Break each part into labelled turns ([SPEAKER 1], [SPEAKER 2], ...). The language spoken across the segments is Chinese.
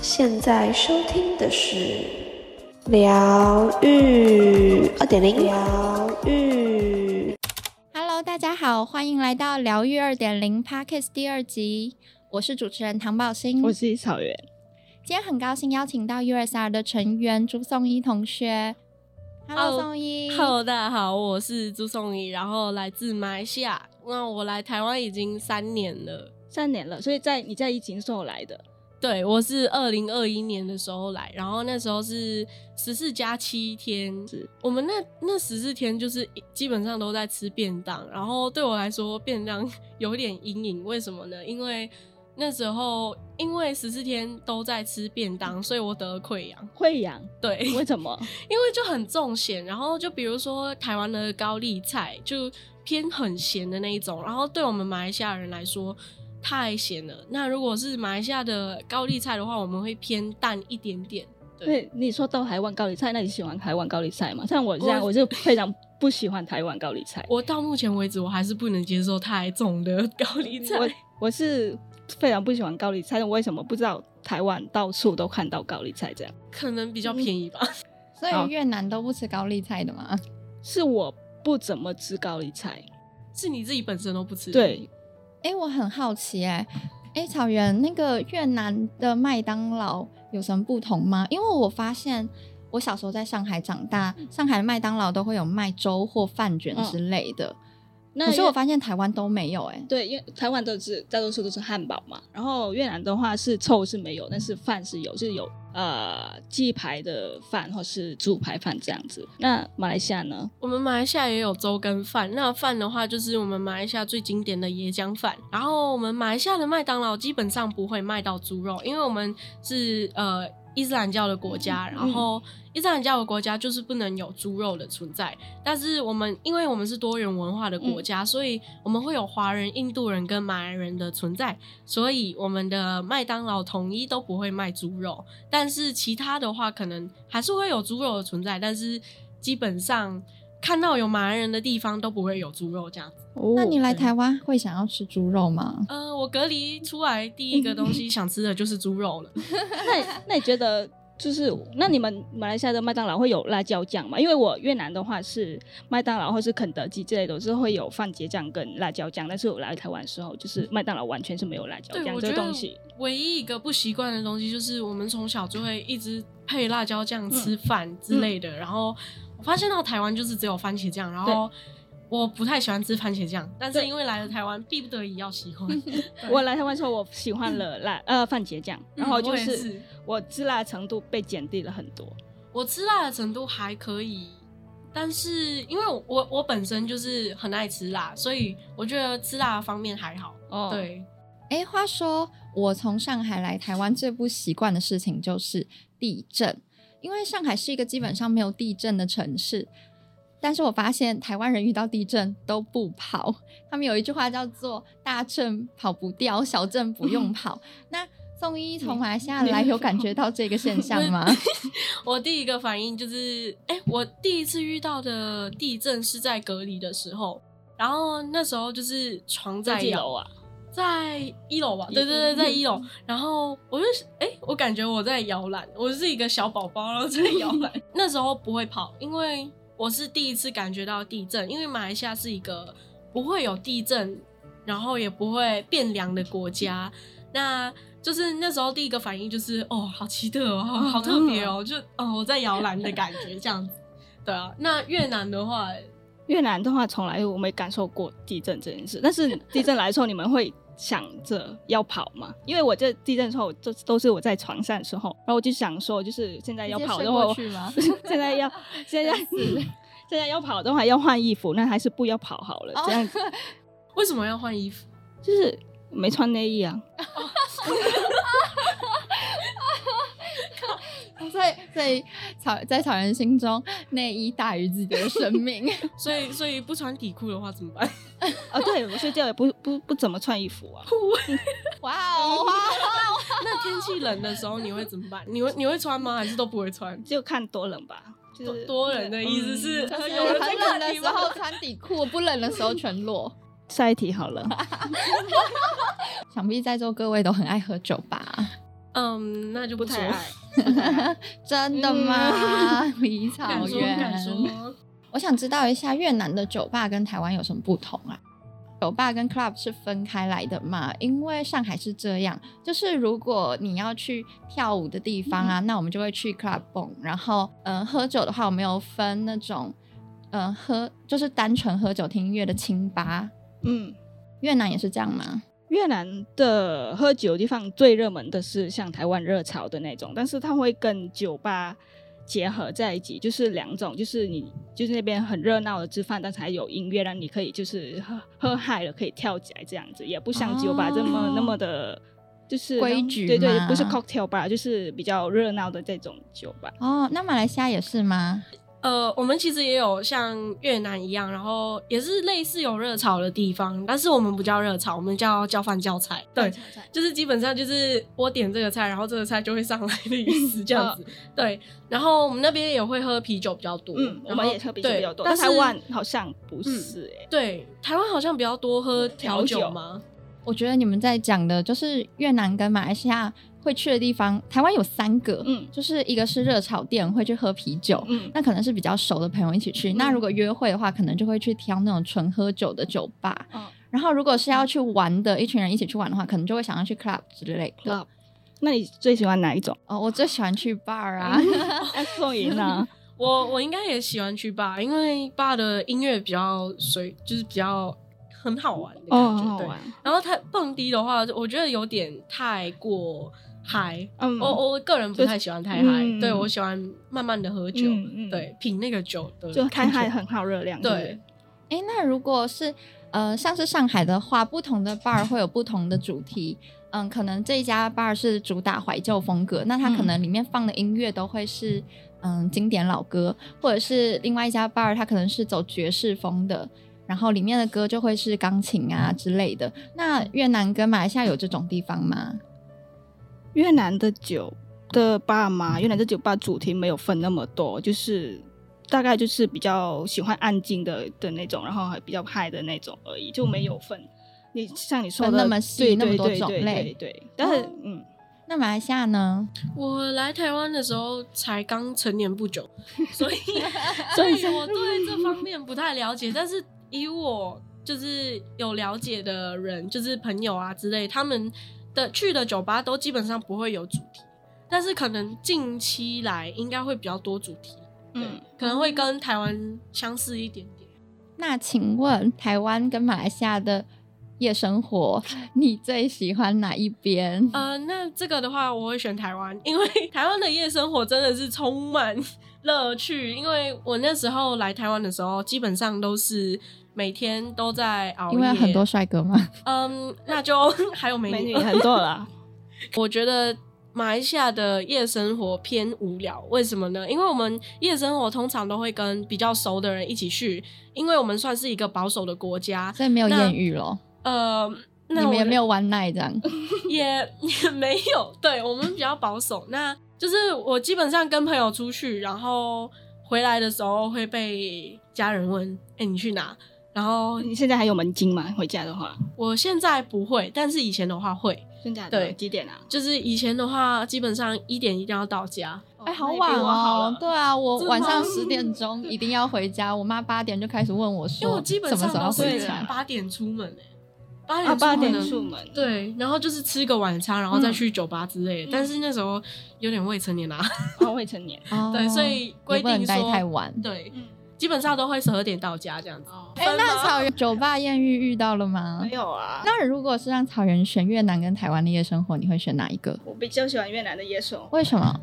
[SPEAKER 1] 现在收听的是疗愈二哦点零，疗愈。
[SPEAKER 2] Hello，大家好，欢迎来到疗愈二点零 Podcast 第二集，我是主持人唐宝欣。
[SPEAKER 3] 我是草原，
[SPEAKER 2] 今天很高兴邀请到 USR 的成员朱颂一同学。Hello，
[SPEAKER 4] 哦
[SPEAKER 2] 颂一。
[SPEAKER 4] Hello，大家好，我是朱颂怡，然后来自马来西亚。那我来台湾已经三年了，
[SPEAKER 3] 三年了，所以在你在疫情时候来的，
[SPEAKER 4] 对我是二零二一年的时候来，然后那时候是十四加七天，
[SPEAKER 3] 是
[SPEAKER 4] 我们那那十四天就是基本上都在吃便当，然后对我来说便当 有点阴影，为什么呢？因为那时候因为十四天都在吃便当，所以我得了溃疡。
[SPEAKER 3] 惠 阳，
[SPEAKER 4] 对，
[SPEAKER 3] 为什么？
[SPEAKER 4] 因为就很重咸，然后就比如说台湾的高丽菜就偏很咸的那一种，然后对我们马来西亚人来说太咸了。那如果是马来西亚的高丽菜的话，我们会偏淡一点点。对
[SPEAKER 3] 对，你说到台湾高丽菜，那你喜欢台湾高丽菜吗？像我这样，
[SPEAKER 4] 我
[SPEAKER 3] 我就非常不喜欢台湾高丽菜，
[SPEAKER 4] 我到目前为止我还是不能接受太重的高丽菜，
[SPEAKER 3] 我我是非常不喜欢高丽菜，但我为什么不知道台湾到处都看到高丽菜这样？
[SPEAKER 4] 可能比较便宜吧。
[SPEAKER 2] 所
[SPEAKER 3] 好
[SPEAKER 2] 以越南都不吃高丽菜的吗？
[SPEAKER 3] 是我不怎么吃高丽菜，
[SPEAKER 4] 是你自己本身都不吃，，
[SPEAKER 3] 对，
[SPEAKER 2] 哎、我很好奇、哎，哎，草原，那个越南的麦当劳有什么不同吗？因为我发现我小时候在上海长大，上海的麦当劳都会有卖粥或饭卷
[SPEAKER 3] 嗯
[SPEAKER 2] 之类的，
[SPEAKER 3] 那
[SPEAKER 2] 可是我
[SPEAKER 3] 越
[SPEAKER 2] 发现台湾都没有、哎，
[SPEAKER 3] 对，因为台湾都是大多数都是汉堡嘛，然后越南的话是臭是没有，但是饭是有，就是有呃鸡排的饭或是猪排饭这样子。那马来西亚呢？
[SPEAKER 4] 我们马来西亚也有粥跟饭，那饭的话就是我们马来西亚最经典的椰浆饭。然后我们马来西亚的麦当劳基本上不会卖到猪肉，因为我们是呃伊斯兰教的国家，
[SPEAKER 3] 嗯
[SPEAKER 4] 然后伊斯兰教的国家就是不能有猪肉的存在。但是我们因为我们是多元文化的国家，所以我们会有华人、印度人跟马来人的存在，所以我们的麦当劳统一都不会卖猪肉。但是其他的话，可能还是会有猪肉的存在，但是基本上看到有马来人的地方都不会有猪肉这样子。
[SPEAKER 3] 哦
[SPEAKER 2] 那你来台湾会想要吃猪肉吗？
[SPEAKER 4] 呃，我隔离出来第一个东西想吃的就是猪肉了。
[SPEAKER 3] 那那你觉得就是那你们马来西亚的麦当劳会有辣椒酱吗？因为我越南的话是麦当劳或是肯德基之类的是会有番茄酱跟辣椒酱，但是我来台湾的时候就是麦当劳完全是没有辣椒
[SPEAKER 4] 对，
[SPEAKER 3] 酱
[SPEAKER 4] 我
[SPEAKER 3] 这
[SPEAKER 4] 觉
[SPEAKER 3] 个
[SPEAKER 4] 得
[SPEAKER 3] 东西。
[SPEAKER 4] 唯一一个不习惯的东西就是我们从小就会一直配辣椒
[SPEAKER 3] 嗯
[SPEAKER 4] 酱吃饭之类的，然后我发现到台湾就是只有番茄酱，然后。我不太喜欢吃番茄酱，但是
[SPEAKER 3] 对
[SPEAKER 4] 因为来了台湾，逼不得已要喜欢。对
[SPEAKER 3] 我来台湾的时候，我喜欢了辣呃番茄酱， 然后
[SPEAKER 4] 嗯
[SPEAKER 3] 就
[SPEAKER 4] 我也
[SPEAKER 3] 是、
[SPEAKER 4] 是
[SPEAKER 3] 我吃辣的程度被减低了很多。
[SPEAKER 4] 我吃辣的程度还可以，但是因为我我我本身就是很爱吃辣，所以我觉得吃辣的方面还好。
[SPEAKER 3] 哦，
[SPEAKER 4] 对，
[SPEAKER 2] 哎、话说我从上海来台湾最不习惯的事情就是地震，因为上海是一个基本上没有地震的城市。但是我发现台湾人遇到地震都不跑，他们有一句话叫做“大震跑不掉，小震不用跑”那宋一从马来西亚来，有感觉到这个现象吗？
[SPEAKER 4] 我第一个反应就是，哎、我第一次遇到的地震是在隔离的时候，然后那时候就是床
[SPEAKER 3] 在
[SPEAKER 4] 在
[SPEAKER 3] 几
[SPEAKER 4] 摇
[SPEAKER 3] 楼，啊？
[SPEAKER 4] 在一楼吧，对对对，在一楼。然后我就哎、我感觉我在摇篮，我是一个小宝宝，然后在摇篮。那时候不会跑，因为我是第一次感觉到地震，因为马来西亚是一个不会有地震，然后也不会变凉的国家。那就是那时候第一个反应就是哦，好奇特哦，好好特别哦，就哦我在摇篮的感觉这样子。对啊，那越南的话，
[SPEAKER 3] 越南的话，从来我没感受过地震这件事。但是地震来的时候，你们会想着要跑吗？因为我这地震的时候，都都是我在床上的时候，然后我就想说，就是现在要
[SPEAKER 2] 直接
[SPEAKER 3] 跑
[SPEAKER 2] 睡
[SPEAKER 3] 的
[SPEAKER 2] 过
[SPEAKER 3] 话，
[SPEAKER 2] 去吗
[SPEAKER 3] 现在要现在现在要 跑的话要换衣服，那还是不要跑好了。
[SPEAKER 2] 哦
[SPEAKER 3] 这样子
[SPEAKER 4] 为什么要换衣服？
[SPEAKER 3] 就是没穿内衣啊，
[SPEAKER 2] 所以，所以草在草原心中，内衣大于自己的生命。
[SPEAKER 4] 所以 所以不穿底裤的话怎么办？
[SPEAKER 3] 哦，对我睡觉也不不不怎么穿衣服啊。
[SPEAKER 2] 哇哦！哇哦
[SPEAKER 4] 那天气冷的时候你会怎么办？ 你会你会穿吗？还是都不会穿？
[SPEAKER 3] 就看多冷吧，就
[SPEAKER 4] 多
[SPEAKER 3] 是
[SPEAKER 4] 多人的意
[SPEAKER 3] 嗯
[SPEAKER 4] 思是，
[SPEAKER 2] 就
[SPEAKER 4] 呃
[SPEAKER 2] 是
[SPEAKER 4] 有人在
[SPEAKER 2] 很冷
[SPEAKER 4] 看
[SPEAKER 2] 的
[SPEAKER 4] 你
[SPEAKER 2] 时
[SPEAKER 4] 吗？
[SPEAKER 2] 候穿底裤，不冷的时候全裸。
[SPEAKER 3] 下一题好了。
[SPEAKER 2] 想必在座各位都很爱喝酒吧？
[SPEAKER 4] 嗯，那就不
[SPEAKER 3] 不太
[SPEAKER 4] 说
[SPEAKER 3] 爱
[SPEAKER 2] 真的吗？ 离
[SPEAKER 4] 嗯敢
[SPEAKER 2] 草
[SPEAKER 4] 说不敢
[SPEAKER 2] 原，
[SPEAKER 4] 说。
[SPEAKER 2] 我想知道一下越南的酒吧跟台湾有什么不同啊？酒吧跟 club 是分开来的嘛？因为上海是这样，就是如果你要去跳舞的地方啊，那我们就会去 club b 然后嗯、呃喝酒的话，我们有分那种嗯、呃喝就是单纯喝酒听音乐的清吧。
[SPEAKER 3] 嗯，
[SPEAKER 2] 越南也是这样吗？
[SPEAKER 3] 越南的喝酒地方最热门的是像台湾热潮的那种，但是它会跟酒吧结合在一起，就是两种，就是你就是那边很热闹的吃饭，但是还有音乐，让你可以就是喝喝嗨了可以跳起来这样子，也不像酒吧这么、
[SPEAKER 2] 哦
[SPEAKER 3] 那么的。就是
[SPEAKER 2] 规矩
[SPEAKER 3] 对对
[SPEAKER 2] 嘛，
[SPEAKER 3] 不是 cocktail 吧，就是比较热闹的这种酒吧。
[SPEAKER 2] 哦，那马来西亚也是吗？
[SPEAKER 4] 呃，我们其实也有像越南一样，然后也是类似有热潮的地方，但是我们不叫热潮，我们叫叫饭叫菜。对，就是基本上就是我点这个菜，然后这个菜就会上来的意思，这样子。对，然后我们那边也会喝啤酒比较多，
[SPEAKER 3] 嗯，我
[SPEAKER 4] 然后
[SPEAKER 3] 们也喝啤酒比较多，
[SPEAKER 4] 对
[SPEAKER 3] 但
[SPEAKER 4] 但
[SPEAKER 3] 台
[SPEAKER 4] 是
[SPEAKER 3] 湾好像不是哎、
[SPEAKER 4] 对台湾好像比较多喝调
[SPEAKER 3] 调
[SPEAKER 4] 酒
[SPEAKER 3] 酒
[SPEAKER 4] 吗？
[SPEAKER 2] 我觉得你们在讲的就是越南跟马来西亚会去的地方，台湾有三个，
[SPEAKER 3] 嗯
[SPEAKER 2] 就是一个是热炒店会去喝啤酒。
[SPEAKER 3] 嗯，
[SPEAKER 2] 那可能是比较熟的朋友一起去。那如果约会的话，可能就会去挑那种纯喝酒的酒吧。
[SPEAKER 3] 嗯
[SPEAKER 2] 然后如果是要去玩的，一群人一起去玩的话，可能就会想要去 club 之类的。
[SPEAKER 3] Club 那你最喜欢哪一 种？
[SPEAKER 2] 哦，我最喜欢去 bar 啊，
[SPEAKER 3] 那宋怡 呢？
[SPEAKER 4] 我我应该也喜欢去吧，因为吧的音乐比较随，就是比较很好玩的感
[SPEAKER 3] 哦，
[SPEAKER 4] 觉。
[SPEAKER 3] 很好
[SPEAKER 4] 对，
[SPEAKER 3] 玩。
[SPEAKER 4] 然后他蹦迪的话，我觉得有点太过嗨。
[SPEAKER 3] 嗯，
[SPEAKER 4] 我我个人不太喜欢太
[SPEAKER 3] 就
[SPEAKER 4] 嗨，
[SPEAKER 3] 嗯
[SPEAKER 4] 对我喜欢慢慢的喝酒，
[SPEAKER 3] 嗯嗯嗯
[SPEAKER 4] 对，品那个酒的
[SPEAKER 3] 就看
[SPEAKER 4] 感觉
[SPEAKER 3] 海很耗热量，
[SPEAKER 4] 对，
[SPEAKER 2] 诶，那如果是呃，像是上海的话，不同的 bar 会有不同的主题。嗯，可能这一家 bar 是主打怀旧风格，那它可
[SPEAKER 3] 嗯
[SPEAKER 2] 能里面放的音乐都会是嗯经典老歌，或者是另外一家 bar 它可能是走爵士风的，然后里面的歌就会是钢琴啊之类的。那越南跟马来西亚有这种地方吗？
[SPEAKER 3] 不对。越南的酒的爸妈，越南的酒吧主题没有分那么多，就是大概就是比较喜欢安静的的那种，然后还比较嗨的那种而已，就没有分。你像你说的
[SPEAKER 2] 分那么细
[SPEAKER 3] 对
[SPEAKER 2] 那么
[SPEAKER 3] 对
[SPEAKER 2] 多
[SPEAKER 3] 对
[SPEAKER 2] 种
[SPEAKER 3] 对
[SPEAKER 2] 类
[SPEAKER 3] 对对。但是嗯，
[SPEAKER 2] 那马来西亚呢？
[SPEAKER 4] 我来台湾的时候才刚成年不久，所以
[SPEAKER 3] 所
[SPEAKER 4] 所
[SPEAKER 3] 以
[SPEAKER 4] 以我对这方面不太了解。但是以我就是有了解的人，就是朋友啊之类，他们的去的酒吧都基本上不会有主题，但是可能近期来应该会比较多主题，对
[SPEAKER 3] 嗯，
[SPEAKER 4] 可能会跟台湾相似一点点。
[SPEAKER 2] 那请问台湾跟马来西亚的夜生活，你最喜欢哪一边？
[SPEAKER 4] 呃，那这个的话，我会选台湾，因为台湾的夜生活真的是充满 乐趣。因为我那时候来台湾的时候，基本上都是每天都在熬夜，
[SPEAKER 2] 因为很多帅哥 嘛。
[SPEAKER 4] 嗯，那就 还有美
[SPEAKER 3] 美女
[SPEAKER 4] 女。
[SPEAKER 3] 也很多 啦，
[SPEAKER 4] 我觉得马来西亚的夜生活偏无聊，为什么呢？因为我们夜生活通常都会跟比较熟的人一起去，因为我们算是一个保守的国家。
[SPEAKER 2] 所以没有
[SPEAKER 4] 那
[SPEAKER 2] 艳遇咯，
[SPEAKER 4] 呃，
[SPEAKER 2] 你
[SPEAKER 4] 那我
[SPEAKER 2] 们也
[SPEAKER 4] 的
[SPEAKER 2] 没有 one night 这样。
[SPEAKER 4] 也也没有，对我们比较保守。那就是我基本上跟朋友出去，然后回来的时候会被家人问：“哎、你去哪？”然后
[SPEAKER 3] 哦你现在还有门禁吗？回家的话，
[SPEAKER 4] 我现在不会，但是以前的话会。
[SPEAKER 3] 现在的
[SPEAKER 4] 对
[SPEAKER 3] 几点啊？
[SPEAKER 4] 就是以前的话，基本上一点一定要到家。
[SPEAKER 2] 哎，好
[SPEAKER 3] 那也比
[SPEAKER 2] 晚
[SPEAKER 3] 我好
[SPEAKER 2] 哦
[SPEAKER 3] 了！
[SPEAKER 2] 对啊，我
[SPEAKER 4] 真的吗
[SPEAKER 2] 晚上十点钟一定要回家，我妈八点就开始问我
[SPEAKER 4] 因为我
[SPEAKER 2] 说，
[SPEAKER 4] 基
[SPEAKER 2] 什
[SPEAKER 4] 本
[SPEAKER 2] 么
[SPEAKER 4] 上
[SPEAKER 2] 时候要
[SPEAKER 4] 都
[SPEAKER 2] 回
[SPEAKER 4] 是
[SPEAKER 2] 家？
[SPEAKER 4] 八点出门诶、八
[SPEAKER 3] 啊，
[SPEAKER 4] 点
[SPEAKER 3] 八
[SPEAKER 4] 出门
[SPEAKER 3] 点
[SPEAKER 4] 的
[SPEAKER 3] 出门，
[SPEAKER 4] 对，然后就是吃个晚餐，然后再去酒吧之类
[SPEAKER 3] 嗯
[SPEAKER 4] 的。但是那时候有点未成年啦、
[SPEAKER 3] 哦，未成年，
[SPEAKER 2] 哦
[SPEAKER 4] 啊对，所以规
[SPEAKER 2] 也不能
[SPEAKER 4] 定
[SPEAKER 2] 待
[SPEAKER 4] 说
[SPEAKER 2] 太晚。
[SPEAKER 4] 对，
[SPEAKER 3] 嗯，
[SPEAKER 4] 基本上都会十二点到家这样子。
[SPEAKER 3] 哦，
[SPEAKER 2] 哎，那草原酒吧艳遇遇到了吗
[SPEAKER 3] 没？有啊，
[SPEAKER 2] 那如果是让草原选越南跟台湾的夜生活，你会选哪一个？
[SPEAKER 3] 我比较喜欢越南的夜生活。
[SPEAKER 2] 为什么？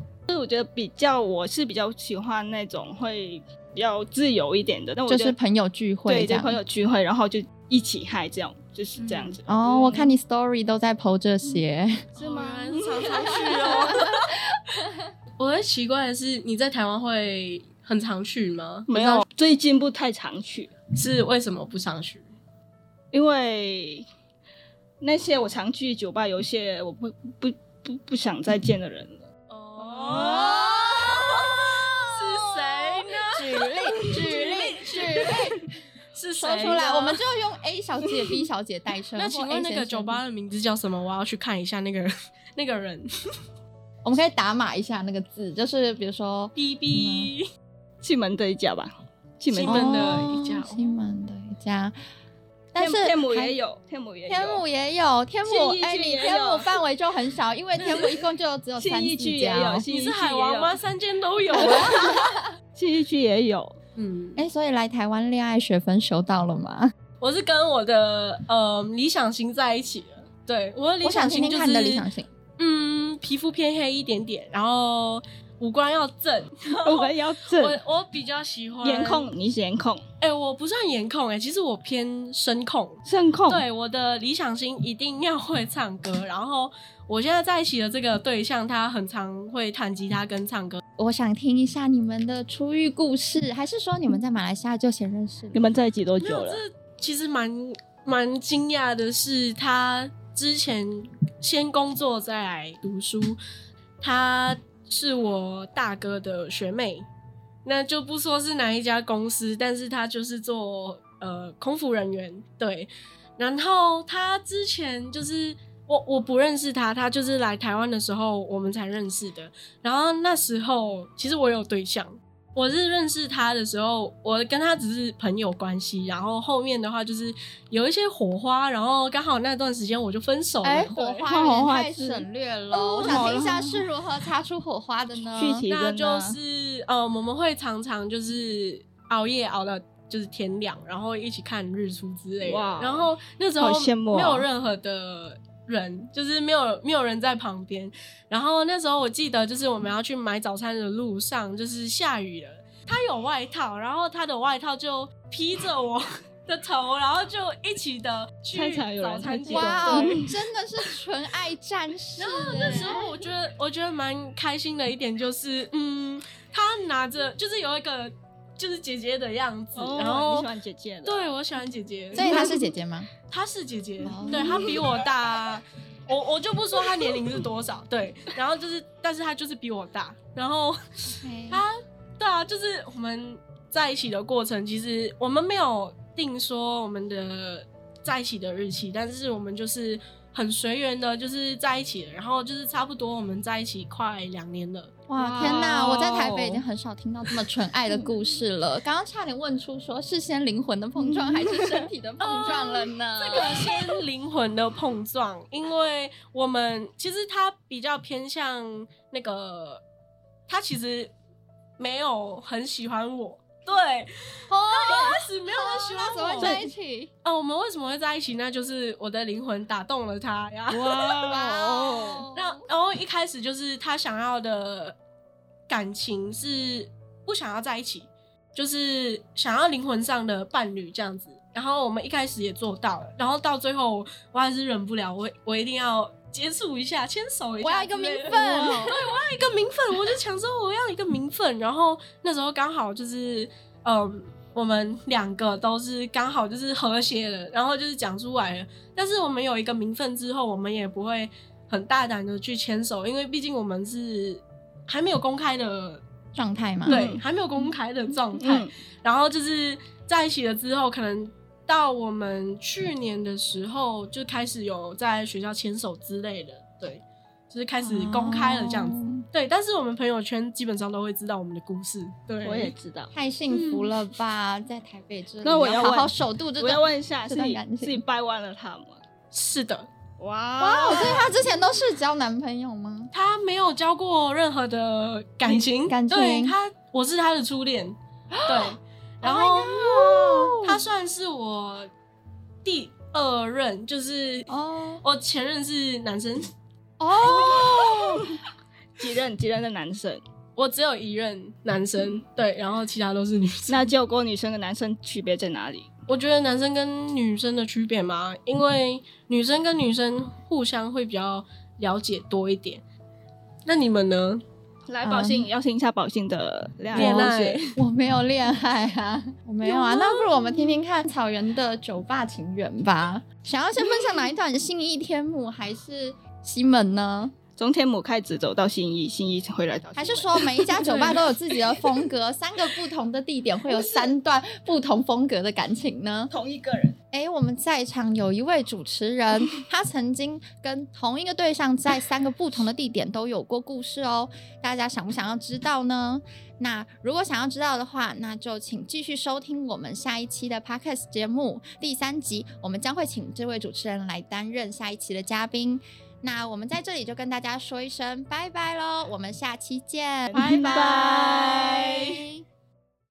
[SPEAKER 3] 比较我是比较喜欢那种会比较自由一点的，那我
[SPEAKER 2] 就
[SPEAKER 3] 觉
[SPEAKER 2] 是
[SPEAKER 3] 得
[SPEAKER 2] 朋友聚会
[SPEAKER 3] 对，
[SPEAKER 2] 这
[SPEAKER 3] 就
[SPEAKER 2] 样
[SPEAKER 3] 朋。友聚会，然后就一起嗨，这样就是这样子。
[SPEAKER 2] 哦，我看
[SPEAKER 3] 你
[SPEAKER 2] 你 story 都在 PO 这些，
[SPEAKER 3] 是吗？
[SPEAKER 4] 哦常常去哦。 我很奇怪的是，你在台湾会很常去吗？
[SPEAKER 3] 没有，最近不太常去，
[SPEAKER 4] 是为什么不常去？
[SPEAKER 3] 因为那些我常去酒吧，有一些我不不不不想再见的人了。
[SPEAKER 4] 哦，是谁
[SPEAKER 2] 举
[SPEAKER 4] 呢？
[SPEAKER 3] 嗯
[SPEAKER 2] 例，举例，举例，
[SPEAKER 4] 是谁
[SPEAKER 2] 说
[SPEAKER 4] 呢
[SPEAKER 2] 出来，我们就用 A 小姐、B 小姐代称。
[SPEAKER 4] 那请问那个酒吧的名字叫什么？我要去看一下那个那个人。
[SPEAKER 2] 我们可以打码一下那个字，就是比如说
[SPEAKER 4] 哔哔，
[SPEAKER 3] 气门的一家吧，气门
[SPEAKER 4] 西门的一家
[SPEAKER 2] 哦西门的一家，但是
[SPEAKER 3] 天天母
[SPEAKER 2] 还
[SPEAKER 3] 也有，天母也有，
[SPEAKER 2] 天母也有，天母
[SPEAKER 3] 信义
[SPEAKER 2] 哎，
[SPEAKER 3] 区
[SPEAKER 2] 你
[SPEAKER 3] 也
[SPEAKER 2] 天母
[SPEAKER 3] 有
[SPEAKER 2] 范围就很小，因为天母一共就只有三
[SPEAKER 3] 信义
[SPEAKER 2] 四
[SPEAKER 3] 区也
[SPEAKER 2] 家
[SPEAKER 3] 有，
[SPEAKER 2] 哦。
[SPEAKER 3] 信
[SPEAKER 4] 你
[SPEAKER 3] 义
[SPEAKER 4] 是
[SPEAKER 3] 区
[SPEAKER 4] 海
[SPEAKER 3] 也
[SPEAKER 4] 王
[SPEAKER 3] 有
[SPEAKER 4] 吗？？三间都有啊。
[SPEAKER 3] 信义区也有，
[SPEAKER 4] 嗯，
[SPEAKER 2] 哎，所以来台湾恋爱学分修到了 吗？
[SPEAKER 4] 我是跟我的呃理想型在一起的。对，我的理
[SPEAKER 2] 我想
[SPEAKER 4] 想
[SPEAKER 2] 听听
[SPEAKER 4] 型就
[SPEAKER 2] 看
[SPEAKER 4] 是
[SPEAKER 2] 你的理想型，
[SPEAKER 4] 嗯，皮肤偏黑一点点，然后五官要正。
[SPEAKER 3] 我们 要正
[SPEAKER 4] 我我比较喜欢
[SPEAKER 3] 颜，控，你是颜控，
[SPEAKER 4] 哎、我不算颜控、哎，其实我偏声控。
[SPEAKER 3] 声控，
[SPEAKER 4] 对，我的理想型一定要会唱歌。然后我现在在一起的这个对象，他很常会弹吉他跟唱歌。
[SPEAKER 2] 我想听一下你们的初遇故事，还是说你们在马来西亚就先认识了？
[SPEAKER 3] 你们在一起多久
[SPEAKER 4] 没有，
[SPEAKER 3] 了
[SPEAKER 4] 这？其实蛮蛮惊讶的是，他之前先工作再来读书，他是我大哥的学妹，那就不说是哪一家公司，但是他就是做呃空服人员，对。然后他之前就是我我不认识他，他就是来台湾的时候我们才认识的。然后那时候其实我有对象，我是认识他的时候，我跟他只是朋友关系，然后后面的话就是有一些火花，然后刚好那段时间我就分手了。
[SPEAKER 2] 哎，
[SPEAKER 4] 对
[SPEAKER 2] 火花
[SPEAKER 3] 花
[SPEAKER 2] 有点
[SPEAKER 3] 火花
[SPEAKER 2] 太
[SPEAKER 3] 是
[SPEAKER 2] 省略了，我
[SPEAKER 4] 哦
[SPEAKER 2] 想
[SPEAKER 4] 好
[SPEAKER 2] 听一下
[SPEAKER 3] 了
[SPEAKER 2] 是如何擦出火花的 呢？
[SPEAKER 3] 具体一
[SPEAKER 4] 那
[SPEAKER 3] 个
[SPEAKER 4] 就
[SPEAKER 3] 呢
[SPEAKER 4] 是呃，我们会常常就是熬夜熬到就是天亮，然后一起看日出之类的。
[SPEAKER 3] 哇哦
[SPEAKER 4] 然后那时候
[SPEAKER 3] 好羡慕哦
[SPEAKER 4] 没有任何的人，就是没有没有人在旁边。然后那时候我记得就是我们要去买早餐的路上，就是下雨了，他有外套，然后他的外套就披着我。 的头，然后就一起的去
[SPEAKER 3] 太惨有人
[SPEAKER 4] 早
[SPEAKER 3] 太
[SPEAKER 4] 餐
[SPEAKER 3] 激
[SPEAKER 4] 店。
[SPEAKER 3] 动
[SPEAKER 2] 哇哦
[SPEAKER 4] 对，
[SPEAKER 2] 真的是纯爱战 士。欸那
[SPEAKER 4] 那时候我觉得，我觉得蛮开心的一点就是，嗯，他拿着就是有一个就是姐姐的样子，
[SPEAKER 3] 哦
[SPEAKER 4] 然
[SPEAKER 3] 你
[SPEAKER 4] 后
[SPEAKER 3] 喜欢姐姐的，
[SPEAKER 4] 对我喜欢姐姐，
[SPEAKER 2] 所以她是姐姐吗？
[SPEAKER 4] 她是姐姐
[SPEAKER 2] 哦，
[SPEAKER 4] 对她比我大，我我就不说她年龄是多少，对，然后就是，但是她就是比我大，然后她对啊，就是我们在一起的过程，其实我们没有定说我们的在一起的日期，但是我们就是很随缘的，就是在一起了，然后就是差不多我们在一起快两年了。
[SPEAKER 2] 哇，
[SPEAKER 3] 哇
[SPEAKER 2] 天哪！我在台北已经
[SPEAKER 3] 哦
[SPEAKER 2] 很少听到这么纯爱的故事了。 刚刚差点问出说是先灵魂的碰撞还是身体的碰撞了呢？
[SPEAKER 4] 这个先灵魂的碰撞，因为我们其实他比较偏向那个，他其实没有很喜欢我，对，
[SPEAKER 2] 哦，
[SPEAKER 4] 开始没有很喜
[SPEAKER 2] 那怎么会
[SPEAKER 4] 欢啊我。
[SPEAKER 2] 在
[SPEAKER 4] 对
[SPEAKER 2] 一起？
[SPEAKER 4] 啊，我们为什么会在一起？那就是我的灵魂打动了他呀。
[SPEAKER 2] 哇
[SPEAKER 3] 哇哦，
[SPEAKER 2] 哦！
[SPEAKER 4] 那然后一开始就是他想要的感情是不想要在一起，就是想要灵魂上的伴侣这样子。然后我们一开始也做到了，然后到最后我还是忍不了，我我一定要接触一下，牵手一下之类
[SPEAKER 2] 我
[SPEAKER 4] 的，
[SPEAKER 2] 要一个名分，
[SPEAKER 4] 一个名分，我就想说我要一个名分。然后那时候刚好就是，嗯，我们两个都是刚好就是和谐了，然后就是讲出来了。但是我们有一个名分之后，我们也不会很大胆的去牵手，因为毕竟我们是还没有公开的，
[SPEAKER 2] 状态嘛。
[SPEAKER 4] 对，还没有公开的状态。
[SPEAKER 3] 嗯
[SPEAKER 4] 然后就是在一起了之后，可能到我们去年的时候就开始有在学校牵手之类的，对，就是开始公开了这样子。
[SPEAKER 2] 哦
[SPEAKER 4] 对，但是我们朋友圈基本上都会知道我们的故事。嗯对，
[SPEAKER 3] 我也知道。
[SPEAKER 2] 太幸福了吧，在台北这里，
[SPEAKER 3] 那我
[SPEAKER 2] 要
[SPEAKER 3] 要
[SPEAKER 2] 好
[SPEAKER 3] 问
[SPEAKER 2] 好守住这
[SPEAKER 3] 我
[SPEAKER 2] 段。
[SPEAKER 3] 要问一下，
[SPEAKER 2] 这
[SPEAKER 3] 是
[SPEAKER 2] 段
[SPEAKER 3] 你
[SPEAKER 2] 感情
[SPEAKER 3] 是你掰弯了他吗？
[SPEAKER 4] 是的，
[SPEAKER 3] 哇
[SPEAKER 2] 哇哦，所以她之前都是交男朋友吗？
[SPEAKER 4] 他没有交过任何的感情，
[SPEAKER 2] 感情
[SPEAKER 4] 对他，我是他的初恋，对，然后、他算是我第二任，就是
[SPEAKER 2] 哦
[SPEAKER 4] 我前任是男生，
[SPEAKER 2] 哦，
[SPEAKER 3] 几任几任的男生，
[SPEAKER 4] 我只有一任男生，对，然后其他都是女生。
[SPEAKER 3] 那就跟女生跟男生区别在哪里？
[SPEAKER 4] 我觉得男生跟女生的区别嘛，因为女生跟女生互相会比较了解多一点。那你们呢？
[SPEAKER 3] 来，宝信、嗯要听一下宝信的恋爱
[SPEAKER 4] 恋
[SPEAKER 3] 故
[SPEAKER 4] 爱
[SPEAKER 3] 事。
[SPEAKER 2] 我没有恋爱啊，我没有啊。
[SPEAKER 4] 有吗
[SPEAKER 2] 那不如我们听听看草原的酒吧情缘吧。想要先分享哪一段？信义天母还是西门呢？
[SPEAKER 3] 从天母开始走到信义，信义回来到西门
[SPEAKER 2] 还是说每一家酒吧都有自己的风格？三个不同的地点会有三段不同风格的感情呢？
[SPEAKER 3] 同一个人？
[SPEAKER 2] 哎，我们在场有一位主持人，他曾经跟同一个对象在三个不同的地点都有过故事哦。大家想不想要知道呢？那如果想要知道的话，那就请继续收听我们下一期的 podcast 节目第三集，我们将会请这位主持人来担任下一期的嘉宾。那我们在这里就跟大家说一声拜拜喽，我们下期见，
[SPEAKER 3] 拜拜